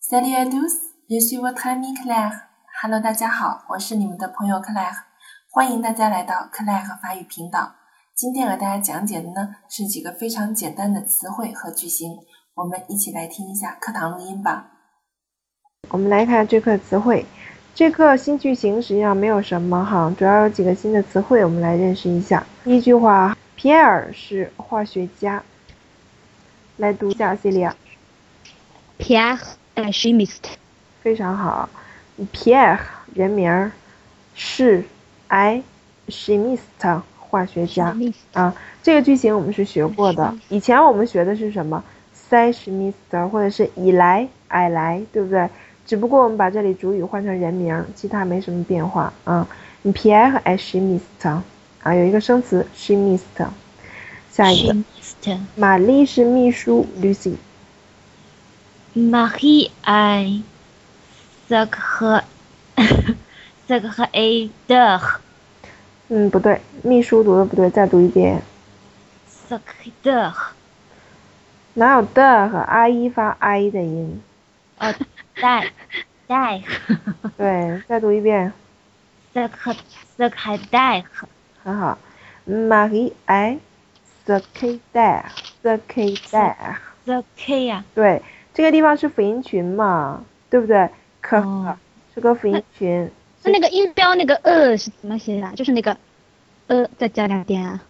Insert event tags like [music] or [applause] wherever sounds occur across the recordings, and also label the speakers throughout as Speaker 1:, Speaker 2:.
Speaker 1: Salut à tous, je suis votre ami 克莱 r Hello，大家好，我是你们的朋友克莱 r 欢迎大家来到克莱 r 法语频道。今天给大家讲解的呢是几个非常简单的词汇和句型，我们一起来听一下课堂录音吧。
Speaker 2: 我们来看这课词汇。这课新句型实际上没有什么哈，主要有几个新的词汇，我们来认识一下。第一句话，皮埃尔是化学家。来读一下 Celia，
Speaker 3: Pierre est chimiste.
Speaker 2: 非常好。Pierre 人名儿是 I chimiste 化学家
Speaker 3: Chimiste
Speaker 2: 啊。这个句型我们是学过的
Speaker 3: Chimiste，
Speaker 2: 以前我们学的是什么 s i chimiste 或者是以来 I 来，对不对？只不过我们把这里主语换成人名儿，其他没什么变化啊。Pierre est chimiste 啊，有一个生词 chimiste。下一个，
Speaker 3: Chimiste.
Speaker 2: 玛丽是秘书 Lucy。
Speaker 3: Marie est [laughs] secré- secrétaire.
Speaker 2: 嗯，不对，秘书读的不对，再读一遍。
Speaker 3: Secrétaire.
Speaker 2: 哪有的和 i 一发 i 的音？
Speaker 3: Oh, taire. Taire.
Speaker 2: 对，再读一遍，
Speaker 3: Secré- secrétaire.
Speaker 2: 很好。Marie 嗯 I secrétaire secrétaire，
Speaker 3: Secrétaire.
Speaker 2: 对，这个地方是辅音群嘛，对不对？可、
Speaker 3: 哦
Speaker 2: 是个辅音群，
Speaker 4: 那那个音标那个呃是怎么写的啊？就是那个呃再加两点啊。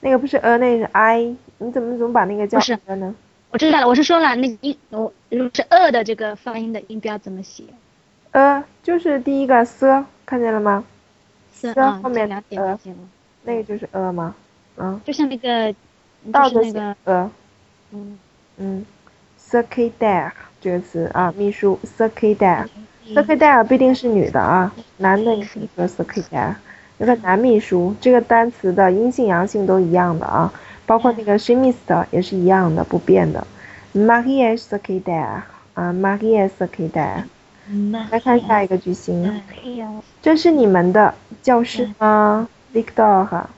Speaker 2: 那个不是 a，那个是 i，你怎么总把那个叫
Speaker 4: 不是
Speaker 2: a 呢？
Speaker 4: 我知道了，我是说了那个音，我如果是呃的这个发音的音标怎么写？
Speaker 2: 呃，就是第一个 s，看见了吗？
Speaker 4: 是
Speaker 2: 标
Speaker 4: 啊，
Speaker 2: 后
Speaker 4: 加
Speaker 2: 面
Speaker 4: 两点
Speaker 2: 呃
Speaker 4: 就行了。
Speaker 2: 那个就是 a 吗？嗯，
Speaker 4: 就像那个，
Speaker 2: 倒
Speaker 4: 就
Speaker 2: 着
Speaker 4: 是
Speaker 2: 写
Speaker 4: 那
Speaker 2: 呃
Speaker 4: 个
Speaker 2: a。
Speaker 4: 嗯，
Speaker 2: 嗯，secretary 这个词啊，秘书
Speaker 3: 嗯
Speaker 2: secretary，secretary 不一定是女的啊，男的也可以说 secretary。有个男秘书，这个单词的阴性阳性都一样的啊，包括那个 chemist 也是一样的，不变的。Marie est secretary 啊，Marie est secretary。来看下一个句
Speaker 3: 嗯
Speaker 2: 型，这是你们的教室吗？Victor 哈，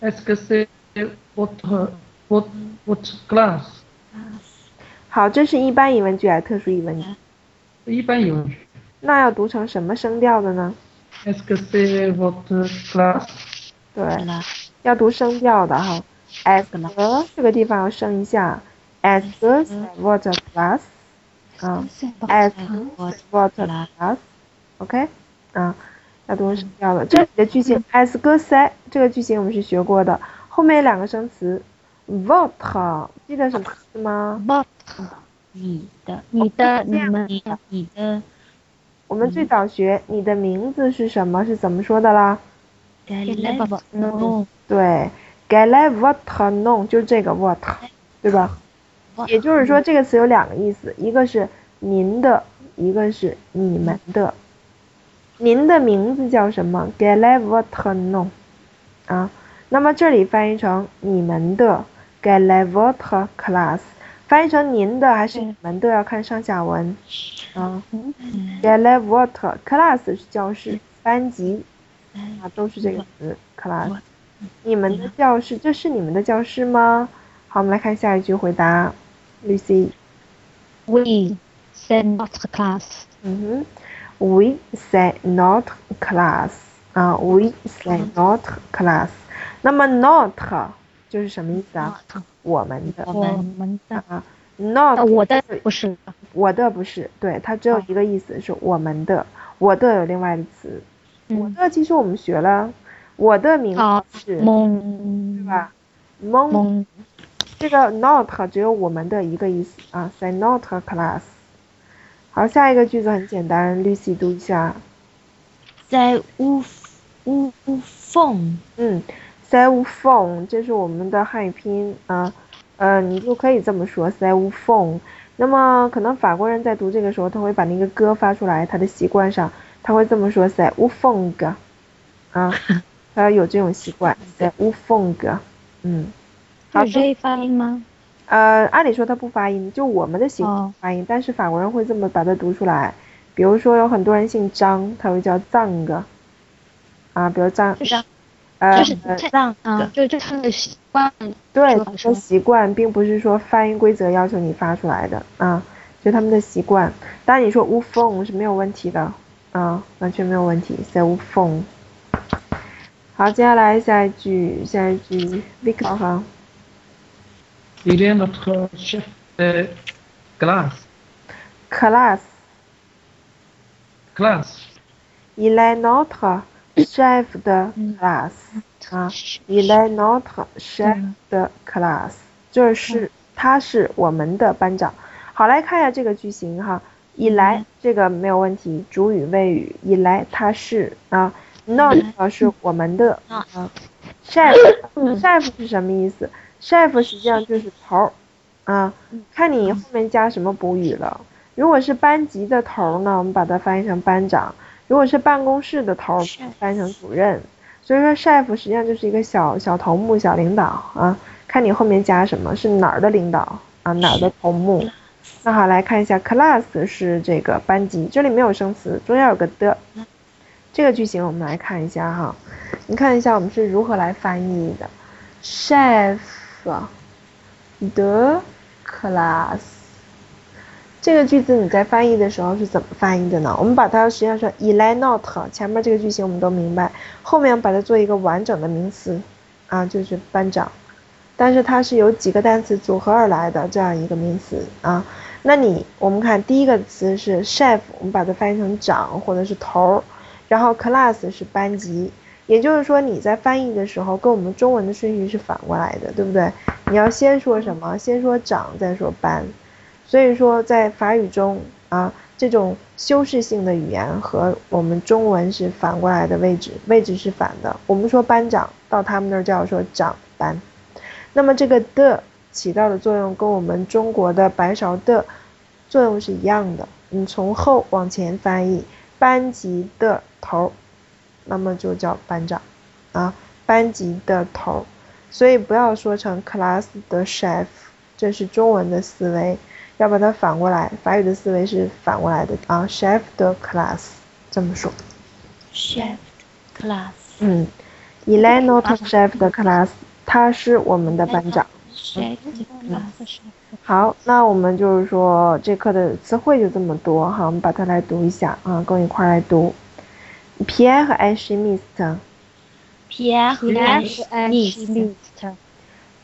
Speaker 5: Est-ce que c'est votre, votre, votre classe
Speaker 2: 好，这是一般疑问句还是特殊疑问句？
Speaker 5: 一般有人
Speaker 2: 那要读成什么声调的呢？
Speaker 5: Est-ce que c'est votre classe
Speaker 2: 对，要读声调的哈。as 这个地方要升一下，as water glass，嗯，as water glass，OK，啊，要读声调的。这里的句型 as 哥塞这个句型我们是学过的，后面两个生词 votre 记得什么意思
Speaker 3: 嗯
Speaker 2: 吗？
Speaker 3: 你的，
Speaker 4: 你的你们
Speaker 3: 你的，你的
Speaker 2: 我们最早学你的名字是什么是怎么说的啦？
Speaker 3: ，galère, non,
Speaker 2: 对 g a l e votre nom 就这个 votre，对吧？也就是说，这个词有两个意思，一个是您的，一个是你们的。您的名字叫什么 g a l e votre nom 啊，那么这里翻译成你们的 g a l e votre classe，翻译成您的还是你们的要看上下文啊。g a l e votre classe 是教室、班级啊，都是这个词 class。你们的教室，这是你们的教室吗？好，我们来看下一句回答，Lucy。
Speaker 4: we c'est notre classe。
Speaker 2: 嗯哼，We say not class 啊，We say not class。那么 not 就是什么意思啊？我们的
Speaker 3: 嗯我
Speaker 4: 我
Speaker 3: 们嗯
Speaker 4: 们的，
Speaker 2: 啊，not
Speaker 4: 呃我的不是，
Speaker 2: 我的不是，对，它只有一个意思是我们的，我的有另外一个词，我
Speaker 4: 嗯，
Speaker 2: 的其实我们学了，我的名
Speaker 4: 啊
Speaker 2: 字是
Speaker 4: 蒙
Speaker 2: 对吧？蒙
Speaker 4: 蒙
Speaker 2: 这个 not 只有我们的一个意思啊，say not class。好，下一个句子很简单，Lucy 读一下。
Speaker 3: 在屋屋屋缝，
Speaker 2: 嗯 s a u f o n 这是我们的汉语拼音啊，呃，你就可以这么说 s a u f o n 那么可能法国人在读这个时候，他会把那个歌发出来，他的习惯上他会这么说 s a u f o n 个，啊，他有这种习惯 s a u f o n 个，嗯，好
Speaker 4: 是 J 发音吗？
Speaker 2: 呃，按理说它不发音，就我们的习惯
Speaker 4: 哦
Speaker 2: 发音，但是法国人会这么把它读出来。比如说有很多人姓张，他会叫藏个，啊，比如张，
Speaker 4: 就是
Speaker 3: Euh,
Speaker 2: 呃，
Speaker 4: 就是
Speaker 2: 呃
Speaker 4: 太
Speaker 3: 让
Speaker 4: 嗯，就是这他的习惯
Speaker 2: 对，
Speaker 4: 说法
Speaker 2: 这
Speaker 4: 说
Speaker 2: 个习惯并不是说发音规则要求你发出来的啊，就他们的习惯。当然你说无缝是没有问题的，啊，完全没有问题。在无缝。好，接下来下一句，下一句，Victor 哈，
Speaker 5: Il est notre chef de classe.
Speaker 2: class。
Speaker 5: Classe.
Speaker 2: Il est notre chef de classe 啊，Il est notre chef de classe，就是他是我们的班长。好，来看一下这个句型哈。以来这个没有问题，主语谓语以来他是啊，not 呃是我们的啊，chef chef 是什么意思？chef 实际上就是头儿啊，看你后面加什么补语了。如果是班级的头儿呢，我们把它翻译成班长；如果是办公室的头儿，翻译成主任。所以说，chef 实际上就是一个小小头目、小领导啊，看你后面加什么，是哪儿的领导啊，哪儿的头目。那好，来看一下 class 是这个班级，这里没有生词，中间有个的。这个句型我们来看一下哈，你看一下我们是如何来翻译的，chef de class。这个句子你在翻译的时候是怎么翻译的呢？我们把它实际上说 i l a not 前面这个句型我们都明白，后面把它做一个完整的名词，啊，就是班长，但是它是由几个单词组合而来的这样一个名词啊。那你我们看第一个词是 chef，我们把它翻译成长或者是头儿，然后 class 是班级，也就是说你在翻译的时候跟我们中文的顺序是反过来的，对不对？你要先说什么？先说长，再说班。所以说，在法语中啊，这种修饰性的语言和我们中文是反过来的位置，位置是反的。我们说班长，到他们那儿就要说长班。那么这个的起到的作用跟我们中国的白勺的作用是一样的。你从后往前翻译，班级的头，那么就叫班长啊，班级的头。所以不要说成 class 的 chef，这是中文的思维。要把它反过来，法语的思维是反过来的啊，chef de classe 这么说。
Speaker 3: chef class
Speaker 2: 嗯 e l e n o t chef de classe，他是我们的班长。
Speaker 3: chef class
Speaker 2: 好，那我们就是说这课的词汇就这么多哈，我们把它来读一下啊，跟我一块儿来读。Pierre est chimiste.
Speaker 3: Pierre
Speaker 4: Pierre
Speaker 3: est
Speaker 4: est
Speaker 3: chimiste.
Speaker 4: chimiste.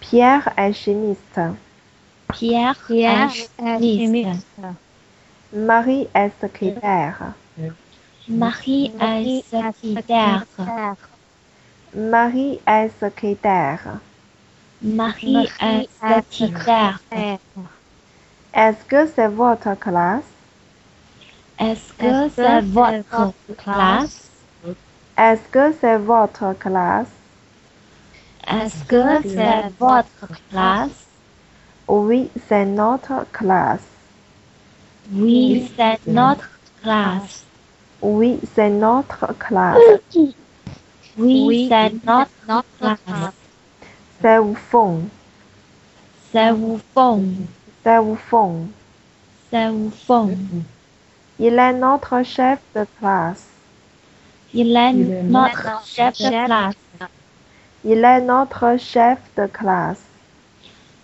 Speaker 2: Pierre est chimiste.
Speaker 3: Pierre
Speaker 4: Pierre
Speaker 3: est
Speaker 4: est chimiste.
Speaker 3: chimiste.
Speaker 2: Marie est secrétaire.
Speaker 3: Marie est secrétaire.
Speaker 4: Secrétaire.
Speaker 2: Marie est secrétaire.
Speaker 3: Marie est secrétaire.
Speaker 2: Est-ce que c'est votre classe?
Speaker 3: Est-ce que c'est votre classe?
Speaker 2: Est-ce que c'est votre classe?
Speaker 3: Est-ce que c'est votre classe?
Speaker 2: Oui, c'est notre classe.
Speaker 3: Oui, c'est notre classe.
Speaker 2: Oui, c'est notre classe.
Speaker 3: Oui, c'est notre classe.
Speaker 2: C'est au fond.
Speaker 3: C'est au fond.
Speaker 2: C'est au fond.
Speaker 3: C'est au fond.
Speaker 2: Il est notre chef de classe.
Speaker 3: Il est notre chef de classe.
Speaker 2: Il est notre chef de classe.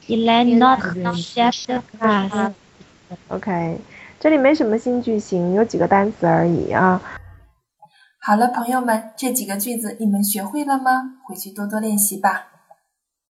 Speaker 3: Il est notre chef de classe.
Speaker 2: OK，这里没什么新句型，有几个单词而已啊。
Speaker 1: 好了，朋友们，这几个句子你们学会了吗？回去多多练习吧。